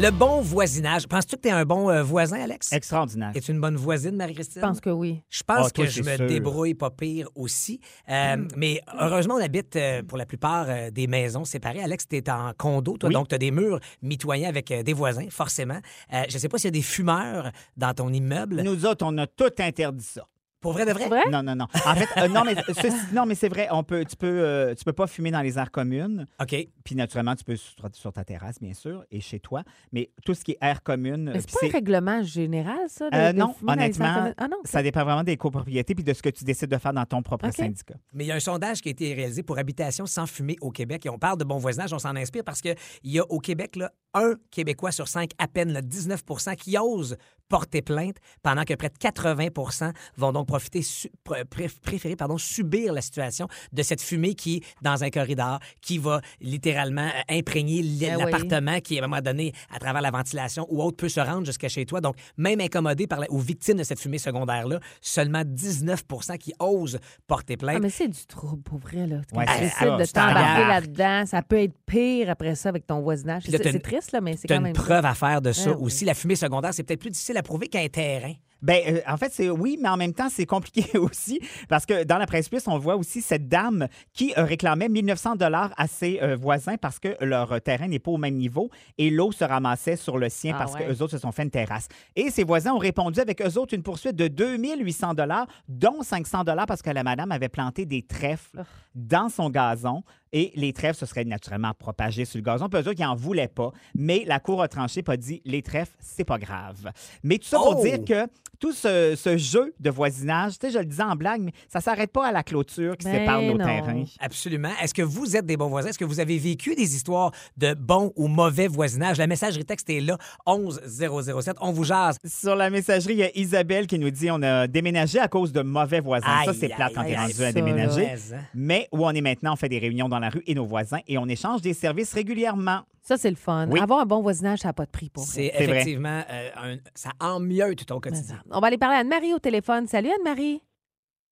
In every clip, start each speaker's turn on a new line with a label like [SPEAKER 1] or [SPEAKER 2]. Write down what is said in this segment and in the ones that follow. [SPEAKER 1] Le bon voisinage. Penses-tu que t'es un bon euh, voisin, Alex?
[SPEAKER 2] Extraordinaire.
[SPEAKER 1] Es-tu une bonne voisine, Marie-Christine?
[SPEAKER 3] Je pense que oui.
[SPEAKER 1] Je pense
[SPEAKER 2] Ah, toi,
[SPEAKER 1] que je
[SPEAKER 2] c'est
[SPEAKER 1] me
[SPEAKER 2] sûr.
[SPEAKER 1] débrouille pas pire aussi. Euh, Mais heureusement, on habite euh, pour la plupart euh, des maisons séparées. Alex, tu es en condo, toi,
[SPEAKER 2] Oui.
[SPEAKER 1] donc tu as des murs mitoyens avec euh, des voisins, forcément. Euh, je sais pas s'il y a des fumeurs dans ton immeuble.
[SPEAKER 2] Nous autres, on a tout interdit ça.
[SPEAKER 1] Pour vrai de vrai?
[SPEAKER 3] Vrai?
[SPEAKER 2] Non, non, non. En fait, euh, non, mais, ceci- non, mais c'est vrai, on peut, tu peux, euh, tu peux pas fumer dans les aires communes.
[SPEAKER 1] OK.
[SPEAKER 2] Puis naturellement, tu peux sur, sur ta terrasse, bien sûr, et chez toi. Mais tout ce qui est aire commune,
[SPEAKER 3] Mais
[SPEAKER 2] puis
[SPEAKER 3] c'est pas un
[SPEAKER 2] c'est-
[SPEAKER 3] règlement général, ça? de-
[SPEAKER 2] Euh,
[SPEAKER 3] de
[SPEAKER 2] non,
[SPEAKER 3] fumer dans les
[SPEAKER 2] honnêtement,
[SPEAKER 3] salles de- Ah non,
[SPEAKER 2] ça dépend vraiment des copropriétés puis de ce que tu décides de faire dans ton propre
[SPEAKER 3] OK.
[SPEAKER 2] syndicat.
[SPEAKER 1] Mais il y a un sondage qui a été réalisé pour habitation sans fumée au Québec. Et on parle de bon voisinage, on s'en inspire parce qu'il y a au Québec là, un Québécois sur cinq, à peine là, 19 qui ose porter plainte, pendant que près de 80 vont donc profiter, su- pr- pr- préférer pardon, subir la situation de cette fumée qui est dans un corridor, qui va littéralement euh, imprégner l-
[SPEAKER 3] Ben oui.
[SPEAKER 1] l'appartement, qui, à un moment donné, à travers la ventilation ou autre, peut se rendre jusqu'à chez toi. Donc, même incommodé par la- ou victime de cette fumée secondaire-là, seulement 19 qui osent porter plainte.
[SPEAKER 3] Ah, mais c'est du trouble, pour vrai. Là. Quand
[SPEAKER 2] Ouais,
[SPEAKER 3] tu
[SPEAKER 1] c'est
[SPEAKER 3] décides
[SPEAKER 2] ça,
[SPEAKER 3] de
[SPEAKER 2] tu t'embarques.
[SPEAKER 3] t'embarquer là-dedans, ça peut être pire après ça avec ton voisinage.
[SPEAKER 1] Puis là,
[SPEAKER 3] C'est
[SPEAKER 1] t'as
[SPEAKER 3] c'est
[SPEAKER 1] une-
[SPEAKER 3] triste, là, mais c'est
[SPEAKER 1] T'as
[SPEAKER 3] quand
[SPEAKER 1] une
[SPEAKER 3] même...
[SPEAKER 1] preuve à faire de ça
[SPEAKER 3] Ah oui.
[SPEAKER 1] aussi. La fumée secondaire, c'est peut-être plus difficile à prouver qu'un terrain.
[SPEAKER 2] Ben, euh, en fait, c'est oui, mais en même temps, c'est compliqué aussi parce que dans la presse suisse, on voit aussi cette dame qui euh, réclamait 1900 dollars à ses euh, voisins parce que leur euh, terrain n'est pas au même niveau et l'eau se ramassait sur le sien
[SPEAKER 3] Ah
[SPEAKER 2] parce
[SPEAKER 3] ouais.
[SPEAKER 2] que eux autres se sont fait une terrasse. Et ses voisins ont répondu avec eux autres une poursuite de 2800 dollars, dont 500 dollars parce que la madame avait planté des trèfles dans son gazon. Et les trèfles se seraient naturellement propagés sur le gazon. Puis eux autres, ils n'en voulaient pas. Mais la cour a tranché, pas dit les trèfles, c'est pas grave. Mais tout ça pour
[SPEAKER 1] Oh!
[SPEAKER 2] dire que tout ce, ce jeu de voisinage, tu sais, je le disais en blague, mais ça s'arrête pas à la clôture qui
[SPEAKER 3] Ben
[SPEAKER 2] sépare nos
[SPEAKER 3] non.
[SPEAKER 2] terrains.
[SPEAKER 1] Absolument. Est-ce que vous êtes des bons voisins? Est-ce que vous avez vécu des histoires de bon ou mauvais voisinage? La messagerie texte est là, 11007. On vous jase.
[SPEAKER 2] Sur la messagerie, il y a Isabelle qui nous dit on a déménagé à cause de mauvais voisins. ça,
[SPEAKER 1] Aïe,
[SPEAKER 2] c'est plate
[SPEAKER 1] aïe,
[SPEAKER 2] quand
[SPEAKER 1] aïe,
[SPEAKER 2] t'es
[SPEAKER 1] aïe,
[SPEAKER 2] rendu
[SPEAKER 3] ça,
[SPEAKER 2] à déménager.
[SPEAKER 1] là.
[SPEAKER 3] hein.
[SPEAKER 2] Mais où on est maintenant, on fait des réunions dans la rue et nos voisins et on échange des services régulièrement.
[SPEAKER 3] Ça, c'est le fun.
[SPEAKER 2] Oui.
[SPEAKER 3] Avoir un bon voisinage, ça n'a pas de prix, pour vrai. hein.
[SPEAKER 1] C'est
[SPEAKER 2] C'est vrai.
[SPEAKER 1] effectivement, euh, un- ça emmieutre ton quotidien.
[SPEAKER 3] On va aller parler à Anne-Marie au téléphone. Salut, Anne-Marie.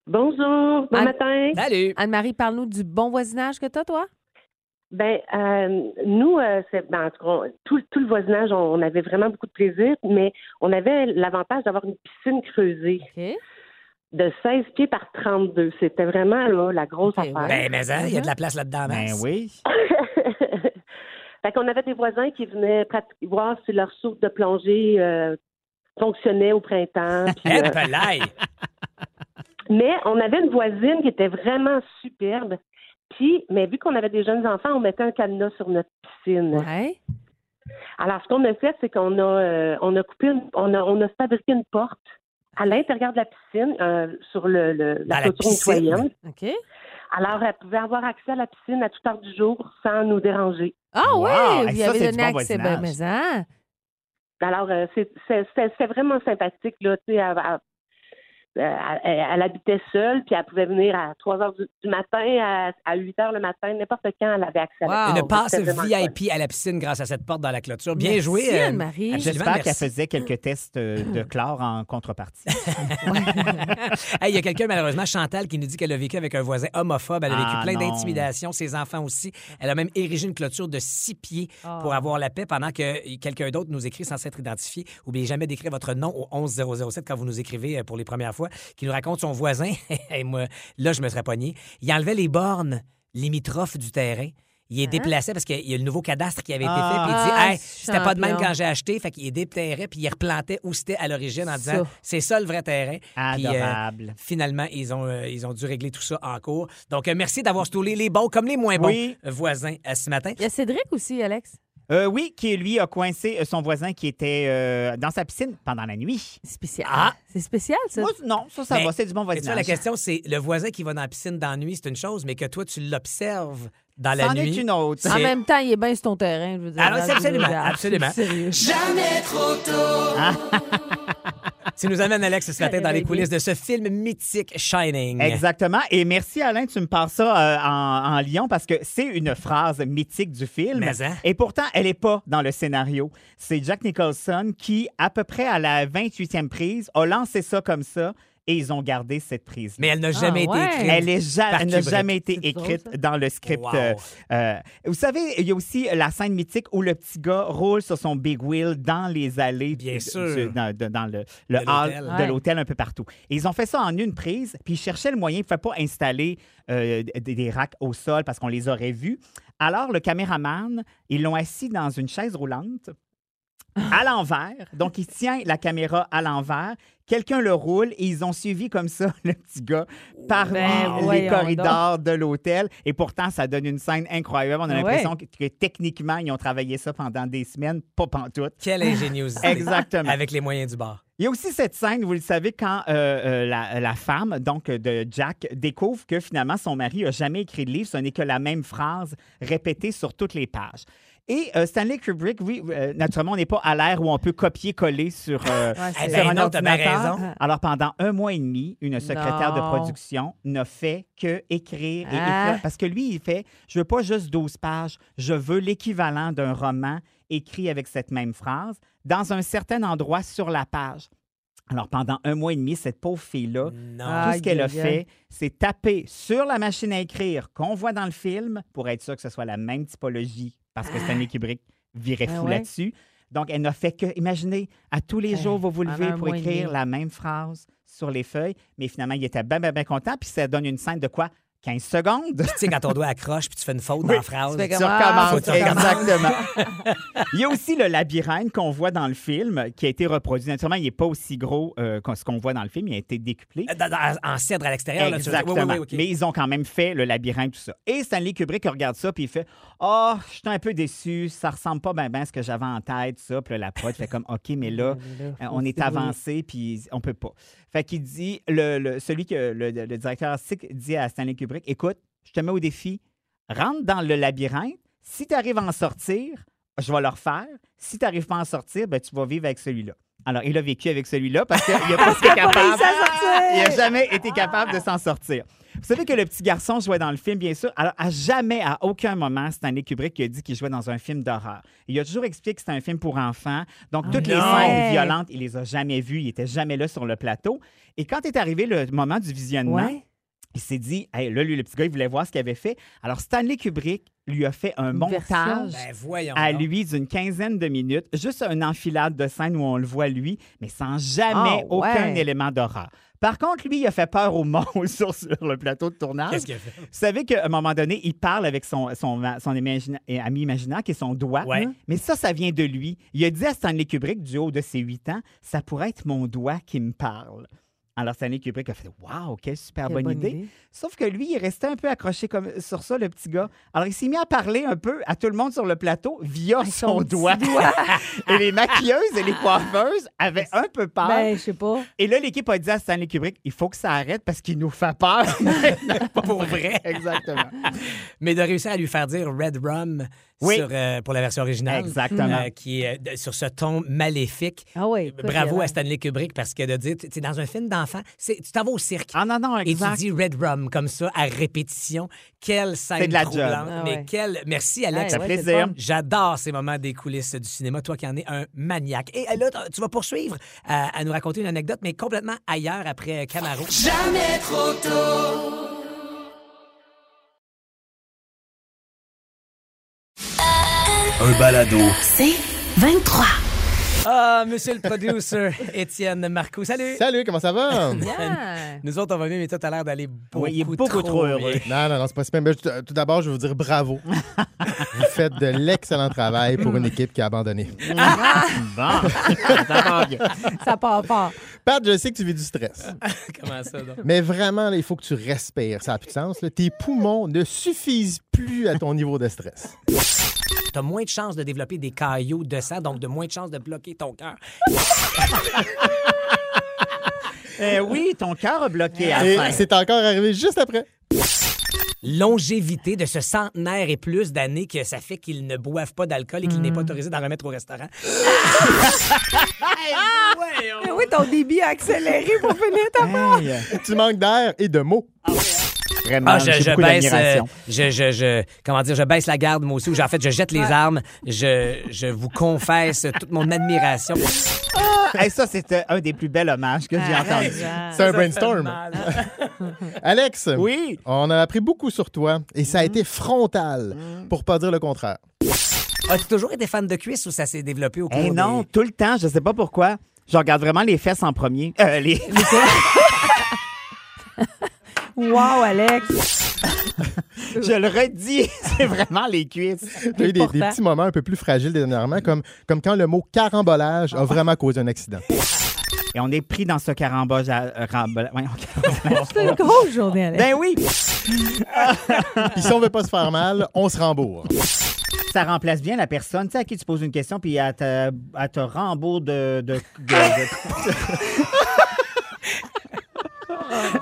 [SPEAKER 4] Bonjour, bon
[SPEAKER 3] Anne-
[SPEAKER 4] matin.
[SPEAKER 1] Salut!
[SPEAKER 3] Anne-Marie, parle-nous du bon voisinage que t'as, toi.
[SPEAKER 4] Ben, euh, nous, euh, c'est- ben, en tout, cas, on- tout, tout le voisinage, on, on avait vraiment beaucoup de plaisir, mais on avait l'avantage d'avoir une piscine creusée
[SPEAKER 3] OK. Hey,
[SPEAKER 4] de 16 pieds par 32. C'était vraiment là, la grosse
[SPEAKER 3] Ok,
[SPEAKER 4] affaire.
[SPEAKER 1] Ben, mais hein, il y a de la place là-dedans,
[SPEAKER 2] Ben
[SPEAKER 1] Max.
[SPEAKER 2] oui.
[SPEAKER 4] fait qu'on avait des voisins qui venaient pratiquer- voir si leur soupe de plongée euh, fonctionnait au printemps. puis,
[SPEAKER 1] Eh,
[SPEAKER 4] euh,
[SPEAKER 1] pelaille!
[SPEAKER 4] Mais on avait une voisine qui était vraiment superbe. Puis, mais vu qu'on avait des jeunes enfants, on mettait un cadenas sur notre piscine. Alors, ce qu'on a fait, c'est qu'on a, euh, on a coupé, une- on, a, on a fabriqué une porte à l'intérieur de la piscine, euh, sur le, le-
[SPEAKER 1] Dans la
[SPEAKER 4] la clôture
[SPEAKER 1] piscine?
[SPEAKER 4] mitoyenne.
[SPEAKER 3] OK.
[SPEAKER 4] Alors, elle pouvait avoir accès à la piscine à toute heure du jour sans nous déranger.
[SPEAKER 3] Ah
[SPEAKER 2] Wow!
[SPEAKER 3] oui,
[SPEAKER 2] Hey,
[SPEAKER 3] vous y
[SPEAKER 2] ça,
[SPEAKER 3] avez
[SPEAKER 2] c'est du
[SPEAKER 3] donné
[SPEAKER 2] bon
[SPEAKER 3] accès. Ben,
[SPEAKER 2] voisinage.
[SPEAKER 3] mais hein?
[SPEAKER 4] Alors, euh, c'est- c'est- c'était c'était vraiment sympathique, là, tu sais, elle, elle- elle- elle- elle habitait seule, puis elle pouvait venir à 3 heures du, du matin, à, à 8 heures le matin, n'importe quand, elle avait accès à la
[SPEAKER 3] Wow!
[SPEAKER 1] Une
[SPEAKER 3] Ah, on
[SPEAKER 1] passe
[SPEAKER 4] C'était vraiment
[SPEAKER 1] VIP à la piscine grâce à cette porte dans la clôture. Bien
[SPEAKER 3] Merci,
[SPEAKER 1] joué! euh,
[SPEAKER 3] Anne-Marie.
[SPEAKER 1] absolument,
[SPEAKER 2] J'espère qu'elle
[SPEAKER 1] merci.
[SPEAKER 2] faisait quelques tests euh, de chlore en contrepartie.
[SPEAKER 1] Hey, Il y a quelqu'un, malheureusement, Chantal, qui nous dit qu'elle a vécu avec un voisin homophobe. Elle a vécu
[SPEAKER 2] Ah,
[SPEAKER 1] plein
[SPEAKER 2] non.
[SPEAKER 1] d'intimidations, ses enfants aussi. Elle a même érigé une clôture de six pieds
[SPEAKER 3] Ah.
[SPEAKER 1] pour avoir la paix pendant que quelqu'un d'autre nous écrit sans s'être identifié. Oubliez jamais d'écrire votre nom au 11007 quand vous nous écrivez euh, pour les premières fois, qui nous raconte son voisin. Et moi, là, je me serais pogné. Il enlevait les bornes limitrophes du terrain. Il est déplacé parce qu'il y a le nouveau cadastre qui avait été fait. Puis il dit
[SPEAKER 3] Hein? Ah,
[SPEAKER 1] Hey, c'était pas de même
[SPEAKER 3] champion.
[SPEAKER 1] quand j'ai acheté. Fait qu'il déterrait puis il replantait où c'était à l'origine en disant
[SPEAKER 3] Ça.
[SPEAKER 1] C'est ça le vrai terrain.
[SPEAKER 3] Ah,
[SPEAKER 1] Puis, euh,
[SPEAKER 2] Adorable.
[SPEAKER 1] Finalement, ils ont, euh, ils ont dû régler tout ça en cours. Donc, euh, merci d'avoir stoulé les bons comme les moins bons
[SPEAKER 2] Oui.
[SPEAKER 1] euh, voisins euh, ce matin.
[SPEAKER 3] Il y a Cédric aussi, Alex.
[SPEAKER 2] Euh, oui, qui lui a coincé euh, son voisin qui était euh, dans sa piscine pendant la nuit.
[SPEAKER 3] C'est spécial.
[SPEAKER 1] Ah!
[SPEAKER 3] C'est spécial, ça.
[SPEAKER 2] Moi, non, ça, ça
[SPEAKER 1] Mais-
[SPEAKER 2] va, c'est du bon
[SPEAKER 1] Et tu vois,
[SPEAKER 2] voisinage.
[SPEAKER 1] la question, c'est le voisin qui va dans la piscine dans la nuit, c'est une chose, mais que toi, tu l'observes dans la
[SPEAKER 2] C'en
[SPEAKER 1] nuit.
[SPEAKER 2] est une autre.
[SPEAKER 1] C'est-
[SPEAKER 3] En même temps, il est bien sur ton terrain, je veux dire.
[SPEAKER 1] Ah non, c'est
[SPEAKER 3] Regarde,
[SPEAKER 1] absolument,
[SPEAKER 3] regarde,
[SPEAKER 1] absolument.
[SPEAKER 3] sérieux.
[SPEAKER 1] Tu nous amènes, Alex, ce matin dans les coulisses de ce film mythique Shining.
[SPEAKER 2] Exactement. Et merci, Alain, tu me parles ça euh, en, en Lyon parce que c'est une phrase mythique du film.
[SPEAKER 1] Mais, hein?
[SPEAKER 2] Et pourtant, elle n'est pas dans le scénario. C'est Jack Nicholson qui, à peu près à la 28e prise, a lancé ça comme ça et ils ont gardé cette prise.
[SPEAKER 1] Mais elle n'a jamais été
[SPEAKER 3] Ah, ouais.
[SPEAKER 1] écrite.
[SPEAKER 2] Elle est ja-
[SPEAKER 1] Par
[SPEAKER 2] elle n'a
[SPEAKER 1] Kubrick.
[SPEAKER 2] jamais été
[SPEAKER 3] C'est drôle,
[SPEAKER 2] écrite
[SPEAKER 3] ça.
[SPEAKER 2] dans le script.
[SPEAKER 1] Wow.
[SPEAKER 2] euh, euh, vous savez, il y a aussi la scène mythique où le petit gars roule sur son big wheel dans les allées,
[SPEAKER 1] Bien
[SPEAKER 2] du-
[SPEAKER 1] sûr.
[SPEAKER 2] du- dans, de- dans le, le
[SPEAKER 1] De
[SPEAKER 2] hall
[SPEAKER 1] l'hôtel.
[SPEAKER 2] de
[SPEAKER 3] Ouais.
[SPEAKER 2] l'hôtel un peu partout. Et ils ont fait ça en une prise, puis ils cherchaient le moyen. Ils ne pouvaient pas installer euh, des, des racks au sol parce qu'on les aurait vus. Alors, le caméraman, ils l'ont assis dans une chaise roulante à l'envers. Donc, il tient la caméra à l'envers. Quelqu'un le roule et ils ont suivi comme ça le petit gars parmi
[SPEAKER 3] Ben,
[SPEAKER 2] les
[SPEAKER 3] voyons
[SPEAKER 2] corridors de l'hôtel. Et pourtant, ça donne une scène incroyable. On a
[SPEAKER 3] Ouais.
[SPEAKER 2] l'impression que, que techniquement, ils ont travaillé ça pendant des semaines, pas pantoute.
[SPEAKER 1] Quelle ingéniosité.
[SPEAKER 2] Exactement.
[SPEAKER 1] Avec les moyens du bord.
[SPEAKER 2] Il y a aussi cette scène, vous le savez, quand euh, euh, la, la femme, donc euh, de Jack, découvre que finalement son mari n'a jamais écrit de livre, ce n'est que la même phrase répétée sur toutes les pages. Et euh, Stanley Kubrick, oui, euh, naturellement, on n'est pas à l'ère où on peut copier-coller sur, euh,
[SPEAKER 3] Ouais,
[SPEAKER 2] sur
[SPEAKER 3] c'est-
[SPEAKER 1] Ben
[SPEAKER 2] un
[SPEAKER 1] non, t'as bien
[SPEAKER 2] ordinateur.
[SPEAKER 1] raison.
[SPEAKER 2] Alors, pendant un mois et demi, une secrétaire
[SPEAKER 3] Non.
[SPEAKER 2] de production n'a fait que écrire et
[SPEAKER 3] Ah.
[SPEAKER 2] écrire. Parce que lui, il fait Je veux pas juste 12 pages, je veux l'équivalent d'un roman écrit avec cette même phrase dans un certain endroit sur la page. Alors, pendant un mois et demi, cette pauvre fille-là,
[SPEAKER 1] Non.
[SPEAKER 3] Ah.
[SPEAKER 2] tout ce qu'elle a
[SPEAKER 3] aïe, aïe,
[SPEAKER 2] fait,
[SPEAKER 3] aïe.
[SPEAKER 2] c'est taper sur la machine à écrire qu'on voit dans le film pour être sûr que ce soit la même typologie, parce que Stanley Kubrick virait
[SPEAKER 3] Ah
[SPEAKER 2] fou
[SPEAKER 3] ouais?
[SPEAKER 2] là-dessus. Donc, elle n'a fait que, imaginez, à tous les
[SPEAKER 3] Eh,
[SPEAKER 2] jours, vous vous
[SPEAKER 3] pendant
[SPEAKER 2] levez
[SPEAKER 3] un
[SPEAKER 2] pour
[SPEAKER 3] mois et
[SPEAKER 2] écrire
[SPEAKER 3] demi.
[SPEAKER 2] la même phrase sur les feuilles, mais finalement, il était bien, bien, bien content, puis ça donne une scène de quoi? 15 secondes?
[SPEAKER 1] Tu sais, quand ton doigt accroche puis tu fais une faute dans la phrase.
[SPEAKER 3] Tu fais ah.
[SPEAKER 2] Tu
[SPEAKER 3] Comment?
[SPEAKER 2] recommences,
[SPEAKER 1] Faut que tu recommences.
[SPEAKER 2] exactement. il y a aussi le labyrinthe qu'on voit dans le film, qui a été reproduit. Naturellement, il n'est pas aussi gros euh, que ce qu'on voit dans le film, il a été décuplé.
[SPEAKER 1] Euh, dans- dans- en cèdre à l'extérieur. là, tu veux dire. Oui,
[SPEAKER 2] Exactement.
[SPEAKER 1] oui, oui, ok.
[SPEAKER 2] Mais ils ont quand même fait le labyrinthe, tout ça. Et Stanley Kubrick regarde ça, puis il fait Oh, je suis un peu déçu, ça ressemble pas bien ben à ce que j'avais en tête, tout ça. Puis là, la prod fait comme OK, mais là,
[SPEAKER 3] Oh
[SPEAKER 2] euh,
[SPEAKER 1] Hein,
[SPEAKER 2] on est avancé, puis on peut pas. Fait qu'il dit le, le- Celui que le, le directeur artistique dit à Stanley Kubrick Écoute, je te mets au défi, rentre dans le labyrinthe. Si tu arrives à en sortir, je vais le refaire. Si tu n'arrives pas à en sortir, ben, tu vas vivre avec celui-là. Alors, il a vécu avec celui-là parce qu'il n'a pas été capable. Il n'a jamais été capable de s'en sortir. Vous savez que le petit garçon jouait dans le film, bien sûr. Alors, à jamais, à aucun moment, Stanley Kubrick a dit qu'il jouait dans un film d'horreur. Il a toujours expliqué que c'était un film pour enfants. Donc, toutes les
[SPEAKER 3] Ah, non.
[SPEAKER 2] scènes violentes, il les a jamais vues. Il était jamais là sur le plateau. Et quand est arrivé le moment du visionnement,
[SPEAKER 3] Ouais.
[SPEAKER 2] il s'est dit, hey, là, lui, le petit gars, il voulait voir ce qu'il avait fait. Alors, Stanley Kubrick lui a fait un
[SPEAKER 3] Une
[SPEAKER 2] montage
[SPEAKER 3] version.
[SPEAKER 1] Ben voyons.
[SPEAKER 2] à
[SPEAKER 1] donc.
[SPEAKER 2] lui d'une quinzaine de minutes, juste une enfilade de scènes où on le voit lui, mais sans jamais
[SPEAKER 3] Ah, ouais.
[SPEAKER 2] aucun élément d'horreur. Par contre, lui, il a fait peur au monde sur, sur le plateau de tournage.
[SPEAKER 1] Qu'est-ce qu'il a fait?
[SPEAKER 2] Vous savez qu'à un moment donné, il parle avec son, son, son imagina- euh, ami imaginaire qui est son doigt.
[SPEAKER 1] Ouais.
[SPEAKER 2] Hein? Mais ça, ça vient de lui. Il a dit à Stanley Kubrick, du haut de ses huit ans, ça pourrait être mon doigt qui me parle. Alors Stanley Kubrick a fait Waouh, quelle super
[SPEAKER 3] Quelle
[SPEAKER 2] bonne,
[SPEAKER 3] bonne
[SPEAKER 2] idée.
[SPEAKER 3] idée.
[SPEAKER 2] Sauf que lui, il restait un peu accroché comme sur ça, le petit gars. Alors il s'est mis à parler un peu à tout le monde sur le plateau via
[SPEAKER 3] son
[SPEAKER 2] son,
[SPEAKER 3] petit
[SPEAKER 2] doigt. et les maquilleuses et les coiffeuses avaient un peu peur.
[SPEAKER 3] Ben, je sais pas.
[SPEAKER 2] Et là, l'équipe a dit à Stanley Kubrick, il faut que ça arrête parce qu'il nous fait peur.
[SPEAKER 1] Pour vrai.
[SPEAKER 2] Exactement.
[SPEAKER 1] Mais de réussir à lui faire dire Red Rum
[SPEAKER 2] Oui.
[SPEAKER 1] sur, euh, pour la version originale.
[SPEAKER 2] Exactement.
[SPEAKER 1] euh, qui est de- sur ce ton maléfique. Euh,
[SPEAKER 3] Ah ouais, écoute, il a
[SPEAKER 1] Bravo à
[SPEAKER 3] l'air.
[SPEAKER 1] Stanley Kubrick parce que de dire, tu sais, dans un film d'enfant, c'est- tu t'en vas au cirque.
[SPEAKER 2] Ah non, non,
[SPEAKER 1] Et tu
[SPEAKER 2] exact.
[SPEAKER 1] dis Red Rum comme ça, à répétition. Quelle scène
[SPEAKER 2] C'est de la
[SPEAKER 1] troublante.
[SPEAKER 2] job.
[SPEAKER 3] Ah
[SPEAKER 1] Mais
[SPEAKER 3] ouais.
[SPEAKER 1] quelle... Merci, Alex.
[SPEAKER 2] Ça
[SPEAKER 3] Ah Ouais, c'est
[SPEAKER 2] fait
[SPEAKER 3] le
[SPEAKER 2] plaisir.
[SPEAKER 3] fun.
[SPEAKER 1] J'adore ces moments des coulisses du cinéma, toi qui en es un maniaque. Et euh, là, t- tu vas poursuivre euh, à nous raconter une anecdote, mais complètement ailleurs après Camaro.
[SPEAKER 5] Un balado.
[SPEAKER 6] C'est 23.
[SPEAKER 1] Ah, monsieur le producer, Étienne Marcoux, salut!
[SPEAKER 7] Salut, comment ça va? non,
[SPEAKER 3] Ah.
[SPEAKER 1] Nous autres, on va mieux, mais toi, t'as l'air d'aller beaucoup,
[SPEAKER 2] Oui, il est beaucoup trop heureux.
[SPEAKER 7] non, non, c'est pas si pire. Mais je- Tout d'abord, je veux vous dire bravo. vous faites de l'excellent travail pour une équipe qui a abandonné.
[SPEAKER 2] Bon. Ça va bien.
[SPEAKER 3] Ça part fort.
[SPEAKER 7] Pat, je sais que tu vis du stress.
[SPEAKER 1] Comment ça, donc?
[SPEAKER 7] Mais vraiment, là, il faut que tu respires. Ça n'a plus de sens. là. Tes poumons ne suffisent plus à ton niveau de stress.
[SPEAKER 1] T'as moins de chances de développer des caillots de sang, donc de moins de chances de bloquer ton cœur.
[SPEAKER 2] Eh oui, ton cœur a bloqué à la
[SPEAKER 7] Et
[SPEAKER 2] fin.
[SPEAKER 7] c'est encore arrivé juste après.
[SPEAKER 1] Longévité de ce centenaire et plus d'années que ça fait qu'ils ne boivent Hmm. pas d'alcool et qu'il n'est pas autorisé d'en remettre au restaurant.
[SPEAKER 3] Mais oui, ton débit a accéléré pour finir ta
[SPEAKER 2] Hey, euh,
[SPEAKER 7] Tu manques d'air et de mots.
[SPEAKER 2] vraiment,
[SPEAKER 1] Ah, je,
[SPEAKER 2] j'ai
[SPEAKER 1] je
[SPEAKER 2] beaucoup
[SPEAKER 1] baisse,
[SPEAKER 2] d'admiration.
[SPEAKER 1] euh, je, je, je- comment dire, je baisse la garde, moi aussi, ou en fait, je jette les armes, je, je vous confesse toute mon admiration.
[SPEAKER 2] Hey, ça, c'était un des plus bels hommages que j'ai
[SPEAKER 3] Ah,
[SPEAKER 2] entendu.
[SPEAKER 7] C'est un brainstorm.
[SPEAKER 1] hein?
[SPEAKER 7] Alex,
[SPEAKER 2] Oui. Mm-hmm.
[SPEAKER 7] on a appris beaucoup sur toi et ça a été frontal, pour pas dire le contraire.
[SPEAKER 1] As-tu toujours été fan de cuisses ou ça s'est développé au cours
[SPEAKER 2] Eh non,
[SPEAKER 1] des-
[SPEAKER 2] tout le temps, je sais pas pourquoi. Je regarde vraiment les fesses en premier. Euh, les...
[SPEAKER 3] Wow, Alex.
[SPEAKER 2] je le redis, c'est vraiment les cuisses.
[SPEAKER 7] Tu as eu des,
[SPEAKER 3] Important.
[SPEAKER 7] des petits moments un peu plus fragiles dernièrement, comme, comme quand le mot carambolage a vraiment causé un accident.
[SPEAKER 2] Et on est pris dans ce carambolage. à- rambola- voyons,
[SPEAKER 3] C'est une grosse journée, Alex.
[SPEAKER 2] Oh. ben oui,
[SPEAKER 7] Puis si on veut pas se faire mal, on se rembourse.
[SPEAKER 2] ça remplace bien la personne tu sais, à qui tu poses une question, puis elle te, elle te rembourse de. de, de- de-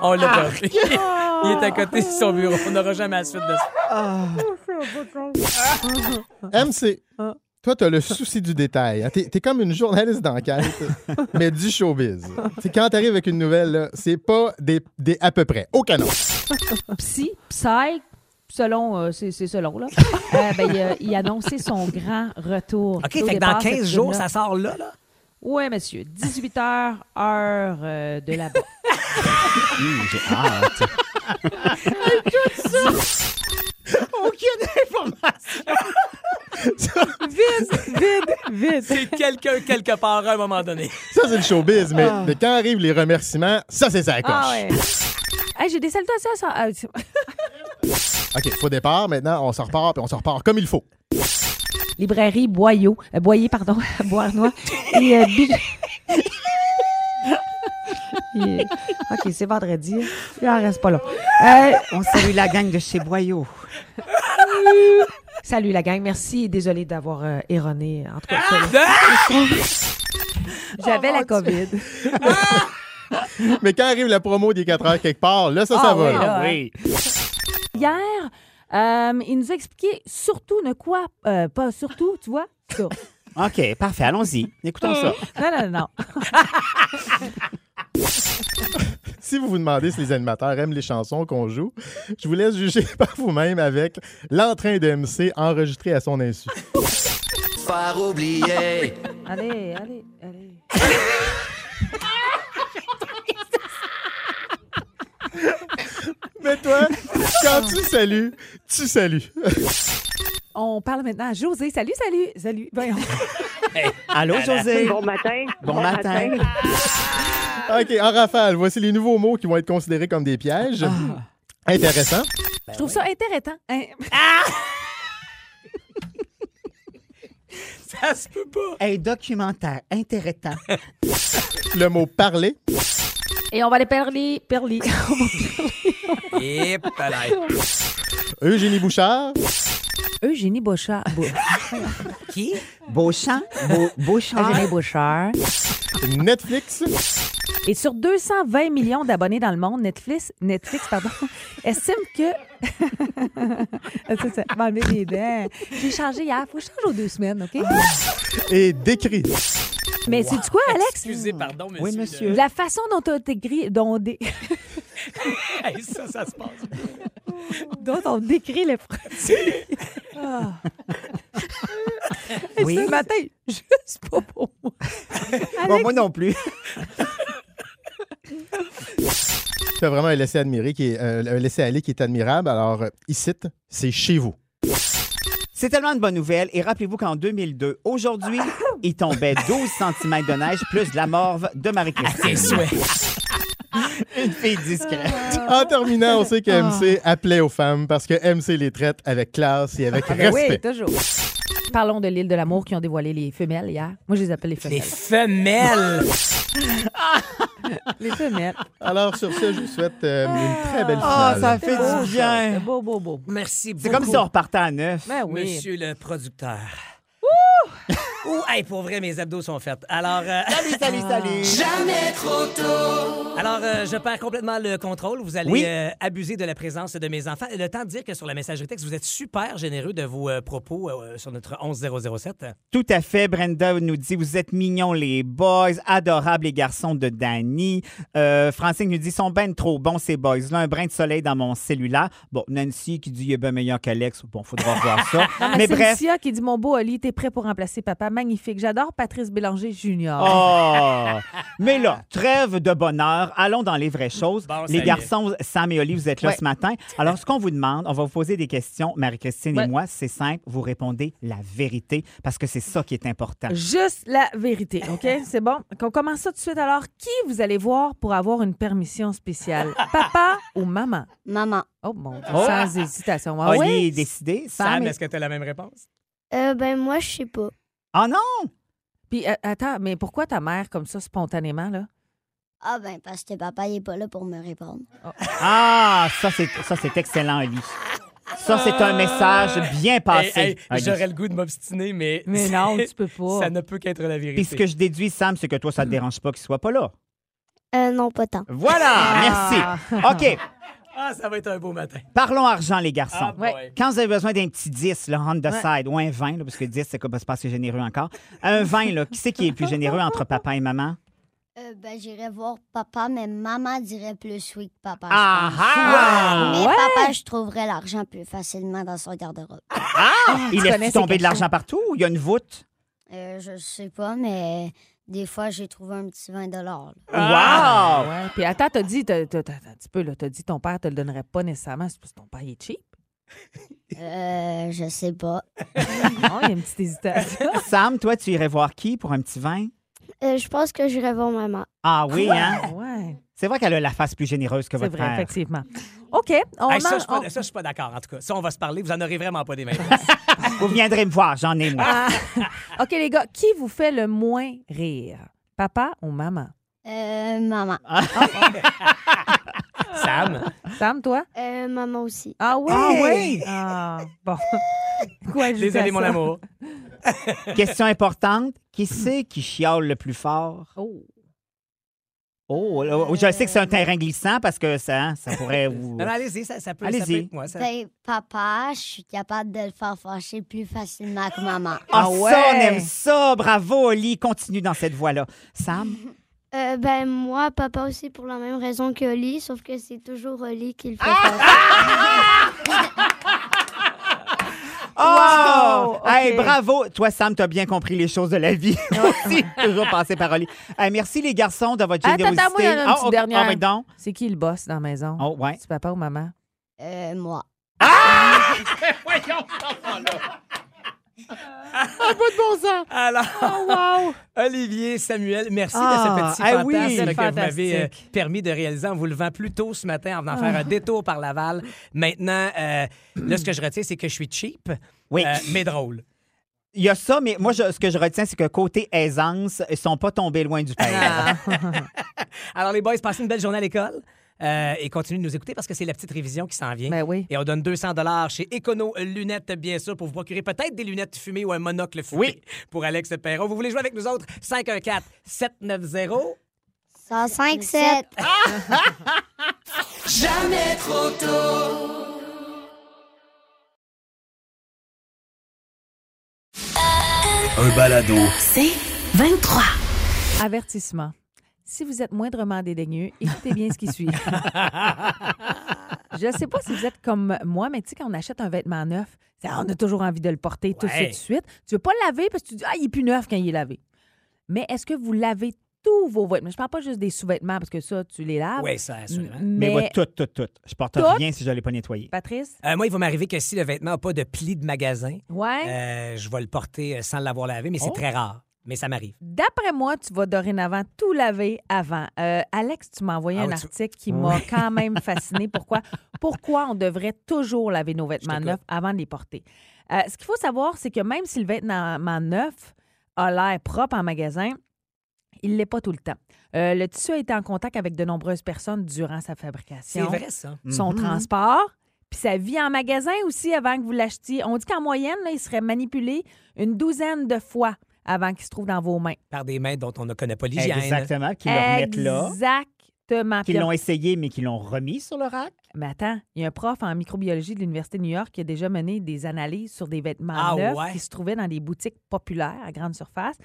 [SPEAKER 1] On l'a perdu. Il est à côté de son bureau. On n'aura jamais la suite de ça.
[SPEAKER 7] MC, toi, t'as le souci du détail. hein. T'es, t'es comme une journaliste d'enquête, mais du showbiz. C'est quand t'arrives avec une nouvelle, là, c'est pas des, des à peu près. Au canon.
[SPEAKER 8] Psy, psy, selon, euh, c'est c'est selon, là. Euh, ben, il, a- il a annoncé son grand retour.
[SPEAKER 1] OK, fait que dans 15 jours, ça sort là, là.
[SPEAKER 8] Oui, monsieur. 18 h heure euh, de la
[SPEAKER 2] Hum, j'ai hâte. Aucune information.
[SPEAKER 3] Vite, vite, vite.
[SPEAKER 1] C'est quelqu'un, quelque part, à un moment donné.
[SPEAKER 7] Ça, c'est le showbiz, mais, mais quand arrivent les remerciements, ça, c'est ça coche.
[SPEAKER 3] Ah ouais. Hey, j'ai des salutations. à- à-
[SPEAKER 7] OK, faut départ. Maintenant, on s'en repart, puis on s'en repart comme il faut.
[SPEAKER 8] librairie Boyau, euh, Boyer, pardon, à Boisnois. Et, euh, bi-
[SPEAKER 3] Il est- OK, c'est vendredi. Il en reste pas là. Euh,
[SPEAKER 2] On salue la gang de chez Boyau.
[SPEAKER 3] salut la gang. Merci et désolé d'avoir euh, erroné. En tout cas, j'avais la COVID.
[SPEAKER 7] Mais quand arrive la promo des 4 heures quelque part, là, ça,
[SPEAKER 3] Ah
[SPEAKER 7] ça va.
[SPEAKER 3] oui,
[SPEAKER 7] là.
[SPEAKER 3] là,
[SPEAKER 2] Oui.
[SPEAKER 8] hier, euh, il nous a expliqué surtout ne quoi, euh, pas surtout, tu vois. ça.
[SPEAKER 2] OK, parfait. Allons-y. Écoutons ça.
[SPEAKER 8] Non, non, non, non.
[SPEAKER 7] Si vous vous demandez si les animateurs aiment les chansons qu'on joue, je vous laisse juger par vous-même avec l'entrain de MC enregistré à son insu.
[SPEAKER 5] Faire oublier.
[SPEAKER 8] Allez, allez, allez.
[SPEAKER 7] Mais toi, quand tu salues, tu salues.
[SPEAKER 3] On parle maintenant à José. Salut, salut. Salut. Voyons.
[SPEAKER 2] Allô, José.
[SPEAKER 9] Bon matin.
[SPEAKER 2] Bon matin.
[SPEAKER 7] OK, en rafale, voici les nouveaux mots qui vont être considérés comme des pièges. Intéressant.
[SPEAKER 3] Je trouve ça intéressant. Hein?
[SPEAKER 1] Ça se peut pas.
[SPEAKER 2] Un documentaire intéressant.
[SPEAKER 7] Le mot parler.
[SPEAKER 8] Et on va aller perler, perler.
[SPEAKER 1] Et voilà.
[SPEAKER 7] Eugénie Bouchard.
[SPEAKER 3] Eugénie Bochard.
[SPEAKER 1] Qui?
[SPEAKER 2] Beauchamp. Beau, Beauchamp.
[SPEAKER 3] Eugénie Bochard.
[SPEAKER 7] Netflix.
[SPEAKER 3] Et sur 220 millions d'abonnés dans le monde, Netflix, Netflix pardon, estime que. ça, ça m'a enlevé mes dents. J'ai changé hier. Faut que je change aux deux semaines, OK?
[SPEAKER 7] Et décrit.
[SPEAKER 3] Mais c'est-tu quoi, Alex?
[SPEAKER 1] Excusez, pardon, monsieur.
[SPEAKER 2] Oui, monsieur.
[SPEAKER 3] La façon dont on décrit, dont on, dé-
[SPEAKER 1] de- Hey, ça, ça se passe.
[SPEAKER 3] dont on décrit les produits. Ah. Et
[SPEAKER 2] Oui.
[SPEAKER 3] Ce matin, juste pas pour moi.
[SPEAKER 2] Bon, moi non plus.
[SPEAKER 7] Tu as vraiment un laisser admirer qui est, euh, un laisser aller qui est admirable. Alors, euh, ici, c'est chez vous.
[SPEAKER 2] C'est tellement une bonne nouvelle. Et rappelez-vous qu'en 2002, aujourd'hui, il tombait 12 cm de neige plus de la morve de Marie-Christine. Une fille discrète.
[SPEAKER 7] En terminant, on sait que MC
[SPEAKER 3] Ah.
[SPEAKER 7] appelait aux femmes parce que MC les traite avec classe et avec
[SPEAKER 3] Ben oui,
[SPEAKER 7] respect.
[SPEAKER 3] toujours.
[SPEAKER 8] Parlons de l'île de l'amour qui ont dévoilé les femelles hier. Moi, je les appelle les femelles.
[SPEAKER 1] Les femelles.
[SPEAKER 3] Les femelles.
[SPEAKER 7] Alors, sur ce, je vous souhaite euh, une très belle
[SPEAKER 2] Oh,
[SPEAKER 3] Ah,
[SPEAKER 7] finale.
[SPEAKER 2] ça fait du bien.
[SPEAKER 3] Beau, beau, Ben beau.
[SPEAKER 1] Merci beaucoup.
[SPEAKER 2] C'est comme si on repartait à neuf.
[SPEAKER 3] Ben oui.
[SPEAKER 1] Monsieur le producteur. Ouh, hey, pour vrai, mes abdos sont faits. Alors, euh,
[SPEAKER 2] Salut, salut, salut.
[SPEAKER 1] alors euh, je perds complètement le contrôle. Vous allez
[SPEAKER 2] Oui.
[SPEAKER 1] euh, abuser de la présence de mes enfants. Le temps de dire que sur la messagerie texte, vous êtes super généreux de vos euh, propos euh, sur notre 11007.
[SPEAKER 2] Tout à fait. Brenda nous dit Vous êtes mignons, les boys. Adorables, les garçons de Danny. Euh, Francine nous dit Sont ben trop bons, ces boys-là. Un brin de soleil dans mon cellulaire. Bon, Nancy qui dit Il est bien meilleur qu'Alex. Bon, faudra voir ça. Mais
[SPEAKER 3] Mais
[SPEAKER 2] bref.
[SPEAKER 3] Cynthia qui dit Mon beau Oli, t'es prêt pour remplacer papa. Magnifique. J'adore Patrice Bélanger Junior.
[SPEAKER 2] Oh!
[SPEAKER 1] Ah.
[SPEAKER 2] Mais là, trêve de bonheur. Allons dans les vraies choses.
[SPEAKER 1] Bon, ça y
[SPEAKER 2] les
[SPEAKER 1] est.
[SPEAKER 2] garçons, Sam et Oli, vous êtes là
[SPEAKER 3] Ouais.
[SPEAKER 2] ce matin. Alors, ce qu'on vous demande, on va vous poser des questions, Marie-Christine et
[SPEAKER 8] Ouais.
[SPEAKER 2] moi. C'est simple. Vous répondez la vérité parce que c'est ça qui est important.
[SPEAKER 3] Juste la vérité, OK? C'est bon? Qu'on commence ça tout de suite. Alors, qui vous allez voir pour avoir une permission spéciale? Papa ou maman?
[SPEAKER 9] Maman.
[SPEAKER 3] Oh, mon Dieu,
[SPEAKER 2] Oh!
[SPEAKER 3] sans hésitation. Ah
[SPEAKER 2] Oli
[SPEAKER 3] oui?
[SPEAKER 2] est décidé.
[SPEAKER 1] Sam,
[SPEAKER 2] Sam est-
[SPEAKER 1] est-ce que tu as la même réponse?
[SPEAKER 9] Euh, ben moi, je sais pas.
[SPEAKER 2] Ah non!
[SPEAKER 3] Puis, euh, attends, mais pourquoi ta mère, comme ça, spontanément, là?
[SPEAKER 9] Ah ben parce que papa il est pas là pour me répondre.
[SPEAKER 2] Ah, ça c'est ça c'est excellent, Oli. Ça c'est un message bien passé.
[SPEAKER 1] Ah. Hey, hey,
[SPEAKER 2] Oli.
[SPEAKER 1] J'aurais le goût de m'obstiner, mais.
[SPEAKER 3] Mais non, tu peux pas.
[SPEAKER 1] Ça ne peut qu'être la vérité.
[SPEAKER 2] Puis ce que je déduis, Sam, c'est que toi, ça
[SPEAKER 1] Hmm.
[SPEAKER 2] te dérange pas qu'il soit pas là.
[SPEAKER 9] Euh, non, pas tant.
[SPEAKER 2] Voilà, merci. OK,
[SPEAKER 1] Ah, ça va être un beau matin.
[SPEAKER 2] parlons argent, les garçons.
[SPEAKER 1] Ah, boy.
[SPEAKER 2] Quand vous avez besoin d'un petit 10, là, on the side, ou un 20, là, parce que 10, c'est comme- c'est pas assez généreux encore. Un 20, là, qui c'est qui est plus généreux entre papa et maman?
[SPEAKER 9] Euh, ben j'irai voir papa, mais maman dirait plus oui que papa. je
[SPEAKER 2] Ah
[SPEAKER 9] pense.
[SPEAKER 2] ah!
[SPEAKER 9] Mais papa, je trouverais l'argent plus facilement dans son garde-robe.
[SPEAKER 2] Il
[SPEAKER 3] connais ces
[SPEAKER 2] laisse tomber de
[SPEAKER 3] garçons.
[SPEAKER 2] l'argent partout ou il y a une voûte?
[SPEAKER 9] Euh, je sais pas, mais des fois, j'ai trouvé un petit 20 là.
[SPEAKER 2] Wow!
[SPEAKER 3] Ouais. Puis, attends, t'as dit, t'as, t'as- t'as- attends un petit peu, là, t'as dit ton père te le donnerait pas nécessairement. C'est parce que ton père il est cheap.
[SPEAKER 9] Euh, je sais pas.
[SPEAKER 3] Non, il y a une petite hésitation.
[SPEAKER 2] Sam, toi, tu irais voir qui pour un petit 20?
[SPEAKER 9] Euh, je pense que j'irai voir maman.
[SPEAKER 2] Ah oui, hein?
[SPEAKER 3] ouais.
[SPEAKER 2] C'est vrai qu'elle a la face plus généreuse que
[SPEAKER 3] C'est
[SPEAKER 2] votre
[SPEAKER 3] vrai,
[SPEAKER 2] frère.
[SPEAKER 3] effectivement. OK. On
[SPEAKER 1] Hey, ça, je
[SPEAKER 3] mange-
[SPEAKER 1] suis pas-
[SPEAKER 3] on-
[SPEAKER 1] ça, je suis pas d'accord, en tout cas. Ça, on va se parler. Vous en aurez vraiment pas des mêmes.
[SPEAKER 2] Vous viendrez me voir, j'en ai moi.
[SPEAKER 3] Ah. OK, les gars, qui vous fait le moins rire? Papa ou maman?
[SPEAKER 9] Euh, maman.
[SPEAKER 2] Ah.
[SPEAKER 1] Sam,
[SPEAKER 3] Sam, toi?
[SPEAKER 9] Euh, maman aussi.
[SPEAKER 3] Ah oui!
[SPEAKER 2] Ah oui!
[SPEAKER 3] Ah, bon. Quoi, ajouter à
[SPEAKER 1] désolé, mon
[SPEAKER 3] ça?
[SPEAKER 1] amour.
[SPEAKER 2] Question importante. Qui c'est qui chiale le plus fort?
[SPEAKER 3] Oh. Euh.
[SPEAKER 2] Oh, là, je sais que c'est un terrain glissant parce que ça, hein, ça pourrait vous...
[SPEAKER 1] Non,
[SPEAKER 3] Ah
[SPEAKER 1] non, allez-y, ça, ça peut, ça
[SPEAKER 2] Allez-y.
[SPEAKER 1] peut être moi. ça.
[SPEAKER 9] Ben, papa, je suis capable de le faire fâcher plus facilement que maman.
[SPEAKER 2] Ah,
[SPEAKER 3] Ah ouais!
[SPEAKER 2] ça, on aime ça! Bravo, Oli! Continue dans cette voie-là. Sam?
[SPEAKER 9] Euh, ben, moi, papa aussi, pour la même raison que Oli, sauf que c'est toujours Oli qui le fait
[SPEAKER 2] Oh!
[SPEAKER 3] Wow!
[SPEAKER 2] Hey,
[SPEAKER 3] OK.
[SPEAKER 2] bravo! Toi, Sam, t'as bien compris les choses de la vie. Aussi, toujours passé par Oli. Hey, merci, les garçons, de votre
[SPEAKER 3] Attends,
[SPEAKER 2] générosité.
[SPEAKER 3] attends, moi, il y en a une
[SPEAKER 2] Ah,
[SPEAKER 3] petite
[SPEAKER 2] ok.
[SPEAKER 3] dernière.
[SPEAKER 2] Ah, ben donc.
[SPEAKER 3] C'est qui le boss dans la maison?
[SPEAKER 2] Oh, ouais.
[SPEAKER 3] C'est papa ou maman?
[SPEAKER 9] Euh, moi.
[SPEAKER 2] Ah,
[SPEAKER 1] Alors, Olivier, Samuel, merci
[SPEAKER 2] Ah,
[SPEAKER 1] de ce petit
[SPEAKER 2] ah
[SPEAKER 1] fantasme
[SPEAKER 2] oui,
[SPEAKER 1] que
[SPEAKER 3] eh c'est
[SPEAKER 1] vous m'avez euh,
[SPEAKER 3] fantastique. Ah.
[SPEAKER 1] permis de réaliser en vous levant plus tôt ce matin, en venant faire un détour par Laval. Maintenant, euh, là, ce que je retiens, c'est que je suis cheap,
[SPEAKER 2] Oui.
[SPEAKER 1] euh, mais drôle.
[SPEAKER 2] Il y a ça, mais moi, je- ce que je retiens, c'est que côté aisance, ils sont pas tombés loin
[SPEAKER 3] Ah.
[SPEAKER 2] du père.
[SPEAKER 1] Alors, les boys, passez une belle journée à l'école euh, et continuez de nous écouter parce que c'est la petite révision qui s'en vient.
[SPEAKER 3] Ben oui.
[SPEAKER 1] Et on donne 200 chez Econo Lunettes, bien sûr, pour vous procurer peut-être des lunettes fumées ou un monocle fumé
[SPEAKER 2] Oui.
[SPEAKER 1] pour Alex Perron. Vous voulez jouer avec nous autres? 514-790.
[SPEAKER 9] 105, 7.
[SPEAKER 10] Un balado.
[SPEAKER 6] C'est 23.
[SPEAKER 3] Avertissement. Si vous êtes moindrement dédaigneux, écoutez bien ce qui suit. Je ne sais pas si vous êtes comme moi, mais tu sais, quand on achète un vêtement neuf, c'est- ah, on a toujours envie de le porter tout de suite, tout
[SPEAKER 1] Ouais.
[SPEAKER 3] de suite. Tu ne veux pas le laver parce que tu dis, ah, il est plus neuf quand il est lavé. Mais est-ce que vous lavez tous vos vêtements? Je ne parle pas juste des sous-vêtements parce que ça, tu les laves.
[SPEAKER 1] Oui, ça, assurément.
[SPEAKER 2] Mais,
[SPEAKER 3] Mais,
[SPEAKER 2] moi, tout, tout, tout. Je porte
[SPEAKER 3] Tout?
[SPEAKER 2] rien si je l'ai pas nettoyé.
[SPEAKER 3] Patrice?
[SPEAKER 1] Euh, moi, il va m'arriver que si le vêtement n'a pas de pli de magasin,
[SPEAKER 3] Ouais.
[SPEAKER 1] euh, je vais le porter euh, sans l'avoir lavé, mais c'est
[SPEAKER 2] Oh.
[SPEAKER 1] très rare. Mais ça m'arrive.
[SPEAKER 3] D'après moi, tu vas dorénavant tout laver avant. Euh, Alex, tu m'as envoyé
[SPEAKER 1] Ah
[SPEAKER 3] un
[SPEAKER 1] oui, tu-
[SPEAKER 3] article qui m'a quand même fasciné. Pourquoi? Pourquoi on devrait toujours laver nos vêtements
[SPEAKER 1] t'écoute.
[SPEAKER 3] neufs avant de les porter? Euh, ce qu'il faut savoir, c'est que même si le vêtement neuf a l'air propre en magasin, il ne l'est pas tout le temps. Euh, le tissu a été en contact avec de nombreuses personnes durant sa
[SPEAKER 1] C'est
[SPEAKER 3] fabrication
[SPEAKER 1] vrai, ça.
[SPEAKER 3] son
[SPEAKER 2] Mm-hmm. Mhm.
[SPEAKER 3] transport, puis sa vie en magasin aussi avant que vous l'achetiez. On dit qu'en moyenne, là, il serait manipulé une douzaine de fois avant qu'il se trouve dans vos mains.
[SPEAKER 1] Par des mains dont on ne connaît pas l'hygiène.
[SPEAKER 2] Exactement, qu'ils le remettent là.
[SPEAKER 3] Exactement.
[SPEAKER 2] Ah. Qu'ils l'ont essayé, mais qu'ils l'ont remis sur le rack.
[SPEAKER 3] Mais attends, il y a un prof en microbiologie de l'Université de New York qui a déjà mené des analyses sur des vêtements
[SPEAKER 1] Ah
[SPEAKER 3] neufs
[SPEAKER 1] ouais?
[SPEAKER 3] qui se trouvaient dans des boutiques populaires à grande surface.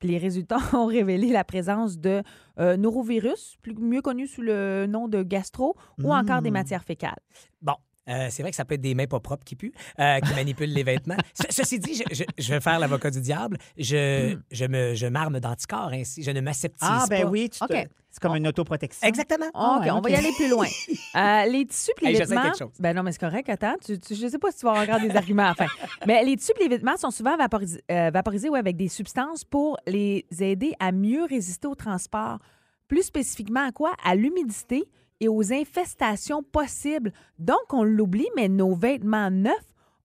[SPEAKER 3] Puis les résultats ont révélé la présence de euh, norovirus, plus- mieux connu sous le nom de gastro, ou encore des matières fécales.
[SPEAKER 1] Bon. euh, c'est vrai que ça peut être des mains pas propres qui puent, euh, qui manipulent les vêtements. Ce- ceci dit, je, je- je vais faire l'avocat du diable. Je,
[SPEAKER 3] Hmm.
[SPEAKER 1] je me, je m'arme d'anticorps ainsi. Je ne m'aseptise
[SPEAKER 2] Ah, ben
[SPEAKER 1] pas.
[SPEAKER 2] oui, tu te-
[SPEAKER 3] OK.
[SPEAKER 2] c'est comme une autoprotection.
[SPEAKER 1] Exactement.
[SPEAKER 2] Ah
[SPEAKER 3] OK,
[SPEAKER 2] ouais,
[SPEAKER 3] on va y
[SPEAKER 2] OK.
[SPEAKER 3] aller plus loin. Euh, les tissus puis les
[SPEAKER 1] Hey, j'essaie
[SPEAKER 3] vêtements.
[SPEAKER 1] quelque chose.
[SPEAKER 3] Ben non, mais c'est correct. Attends, tu, tu- je sais pas si tu vas avoir encore des arguments à la fin. Mais les tissus puis les vêtements sont souvent vaporis- euh, vaporisés ou avec des substances pour les aider à mieux résister au transport. Plus spécifiquement à quoi? À l'humidité et aux infestations possibles. Donc, on l'oublie, mais nos vêtements neufs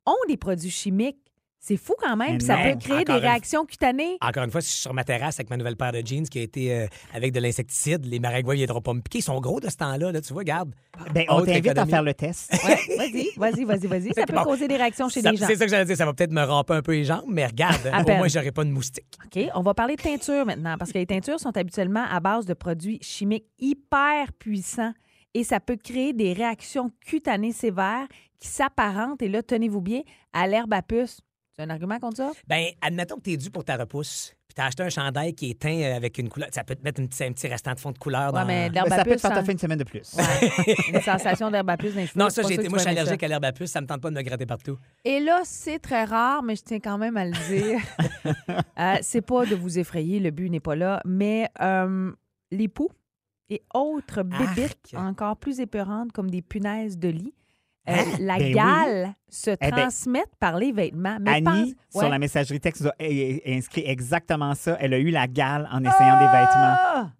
[SPEAKER 3] ont des produits chimiques. C'est fou quand même.
[SPEAKER 2] Mais
[SPEAKER 3] puis ça
[SPEAKER 2] non.
[SPEAKER 3] peut créer des
[SPEAKER 1] Encore une-
[SPEAKER 3] réactions cutanées.
[SPEAKER 1] Encore une fois, si je suis sur ma terrasse avec ma nouvelle paire de jeans qui a été euh, avec de l'insecticide, les maragouins viendront pas me piquer. Ils sont gros de ce temps-là, là, tu vois, garde.
[SPEAKER 2] Ben, on
[SPEAKER 1] Autre
[SPEAKER 2] t'invite à
[SPEAKER 1] économie.
[SPEAKER 2] faire le test.
[SPEAKER 3] Ouais, vas-y, vas-y, vas-y, vas-y. Ça peut
[SPEAKER 1] Bon.
[SPEAKER 3] causer des réactions chez
[SPEAKER 1] Ça-
[SPEAKER 3] les gens.
[SPEAKER 1] C'est ça que j'allais dire. Ça va peut-être me ramper un peu les jambes, mais regarde,
[SPEAKER 3] À
[SPEAKER 1] au
[SPEAKER 3] peine.
[SPEAKER 1] moins, j'aurai pas de moustique.
[SPEAKER 3] OK, on va parler de teinture maintenant, parce que les teintures sont habituellement à base de produits chimiques hyper puissants et ça peut créer des réactions cutanées sévères qui s'apparentent, et là, tenez-vous bien, à l'herbe à puce. C'est un argument contre ça?
[SPEAKER 1] Ben, admettons que tu es dû pour ta repousse, puis tu as acheté un chandail qui est teint euh, avec une couleur. Ça peut te mettre une petite- un petit restant de fond de couleur
[SPEAKER 3] Ouais,
[SPEAKER 1] dans.
[SPEAKER 3] mais de
[SPEAKER 2] Ben,
[SPEAKER 3] l'herbe à
[SPEAKER 2] ça peut te
[SPEAKER 3] puce.
[SPEAKER 2] faire
[SPEAKER 3] hein?
[SPEAKER 2] ta fin de semaine de plus.
[SPEAKER 3] Ouais. Une sensation d'herbe à puce dans les cheveux,
[SPEAKER 1] Non,
[SPEAKER 3] c'est
[SPEAKER 1] ça,
[SPEAKER 3] pas
[SPEAKER 1] j'ai
[SPEAKER 3] sûr
[SPEAKER 1] été.
[SPEAKER 3] que
[SPEAKER 1] Moi, je
[SPEAKER 3] tu vas
[SPEAKER 1] suis
[SPEAKER 3] aimer
[SPEAKER 1] allergique
[SPEAKER 3] ça.
[SPEAKER 1] à l'herbe à puce, ça me tente pas de me gratter partout.
[SPEAKER 3] Et là, c'est très rare, mais je tiens quand même à le dire. Euh, c'est pas de vous effrayer, le but n'est pas là, mais euh, les poux et autres bébites
[SPEAKER 1] Arc.
[SPEAKER 3] encore plus épeurantes comme des punaises de lit, euh,
[SPEAKER 1] Hein?
[SPEAKER 3] la
[SPEAKER 2] ben oui.
[SPEAKER 3] gale se
[SPEAKER 1] Eh
[SPEAKER 2] ben.
[SPEAKER 3] transmettent par les vêtements. Mais
[SPEAKER 2] Annie,
[SPEAKER 3] pense-
[SPEAKER 2] sur
[SPEAKER 3] Ouais.
[SPEAKER 2] la messagerie texte, nous a eh, eh, inscrit exactement ça. Elle a eu la gale en essayant des vêtements.
[SPEAKER 3] Ah!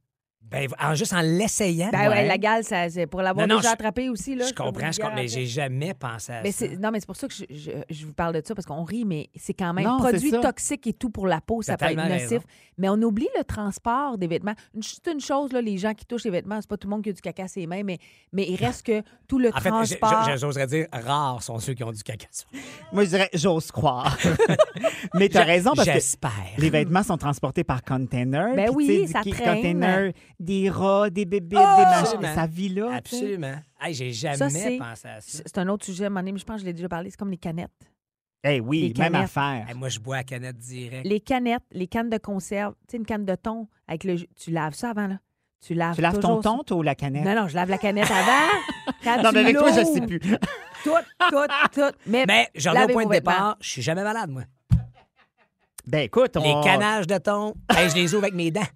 [SPEAKER 1] Ben, en- juste en l'essayant.
[SPEAKER 3] Ben ouais,
[SPEAKER 2] Ouais.
[SPEAKER 3] la gale, ça, c'est pour l'avoir
[SPEAKER 1] Non, non,
[SPEAKER 3] déjà
[SPEAKER 1] je-
[SPEAKER 3] attrapée aussi. Là,
[SPEAKER 1] je comprends, je comprends, mais j'ai jamais pensé à
[SPEAKER 3] Mais
[SPEAKER 1] ça.
[SPEAKER 3] c'est- non, mais c'est pour ça que je, je- je vous parle de ça, parce qu'on rit, mais c'est quand même
[SPEAKER 2] Non, c'est
[SPEAKER 3] produit
[SPEAKER 2] ça.
[SPEAKER 3] toxique et tout pour la peau, ça
[SPEAKER 1] T'as
[SPEAKER 3] peut être
[SPEAKER 1] tellement
[SPEAKER 3] nocif.
[SPEAKER 1] raison.
[SPEAKER 3] Mais on oublie le transport des vêtements. Une- Juste une chose, là, les gens qui touchent les vêtements, c'est pas tout le monde qui a du caca à ses mains, mais, mais il reste que tout le
[SPEAKER 1] En fait, je-
[SPEAKER 3] transport.
[SPEAKER 1] je- je- j'oserais dire, rares sont ceux qui ont du caca. sur-
[SPEAKER 2] Moi, je dirais, j'ose croire. Mais t'as raison parce que
[SPEAKER 1] J'espère.
[SPEAKER 2] les vêtements sont transportés par container.
[SPEAKER 3] Ben
[SPEAKER 2] puis
[SPEAKER 3] oui,
[SPEAKER 2] tu sais, du
[SPEAKER 3] ça
[SPEAKER 2] qui-
[SPEAKER 3] traîne. Ah!
[SPEAKER 2] Container, des rats, des bébés, des machins.
[SPEAKER 1] Absolument.
[SPEAKER 2] Ça vit là. tu sais.
[SPEAKER 1] Absolument. Hey, j'ai jamais
[SPEAKER 3] Ça, c'est-
[SPEAKER 1] pensé à ça.
[SPEAKER 3] C'est un autre sujet, à un moment donné, mais je pense que je l'ai déjà parlé, c'est comme les canettes.
[SPEAKER 2] Eh oui,
[SPEAKER 3] Des
[SPEAKER 2] même
[SPEAKER 3] canettes.
[SPEAKER 2] affaire.
[SPEAKER 1] Hey, moi, je bois à canette direct.
[SPEAKER 3] Les canettes, les cannes de conserve, tu sais, une canne de thon avec le jus- Tu laves ça avant, là. Tu laves
[SPEAKER 2] Tu laves ton
[SPEAKER 3] toujours ça.
[SPEAKER 2] tonte ou la canette?
[SPEAKER 3] Non, non, je lave la canette avant. Quand
[SPEAKER 2] Non,
[SPEAKER 3] tu
[SPEAKER 2] mais avec toi, je ne
[SPEAKER 3] l'ouvres,
[SPEAKER 2] sais plus.
[SPEAKER 3] Tout, tout, tout. Mais,
[SPEAKER 1] Mais je reviens au
[SPEAKER 3] lavez
[SPEAKER 1] point
[SPEAKER 3] vos
[SPEAKER 1] de
[SPEAKER 3] vêtements.
[SPEAKER 1] départ. Je suis jamais malade, moi.
[SPEAKER 2] Ben écoute,
[SPEAKER 3] Oh.
[SPEAKER 2] on...
[SPEAKER 1] Les canages de thon, hey, je les ouvre avec mes dents.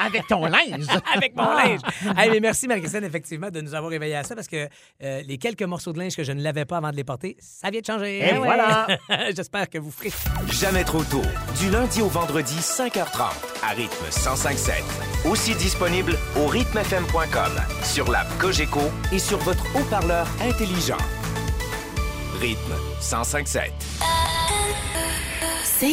[SPEAKER 2] Avec ton linge.
[SPEAKER 1] avec mon
[SPEAKER 2] Ah!
[SPEAKER 1] linge. Hey, mais merci, Marie-Christine, effectivement, de nous avoir réveillé à ça parce que euh, les quelques morceaux de linge que je ne lavais pas avant de les porter, ça vient de changer.
[SPEAKER 2] Et voilà.
[SPEAKER 1] J'espère que vous ferez.
[SPEAKER 10] Jamais trop tôt. Du lundi au vendredi, 5h30, à rythme 105.7. Aussi disponible au rythmefm.com, sur l'app Cogeco et sur votre haut-parleur intelligent. Rythme 105.7.
[SPEAKER 6] C'est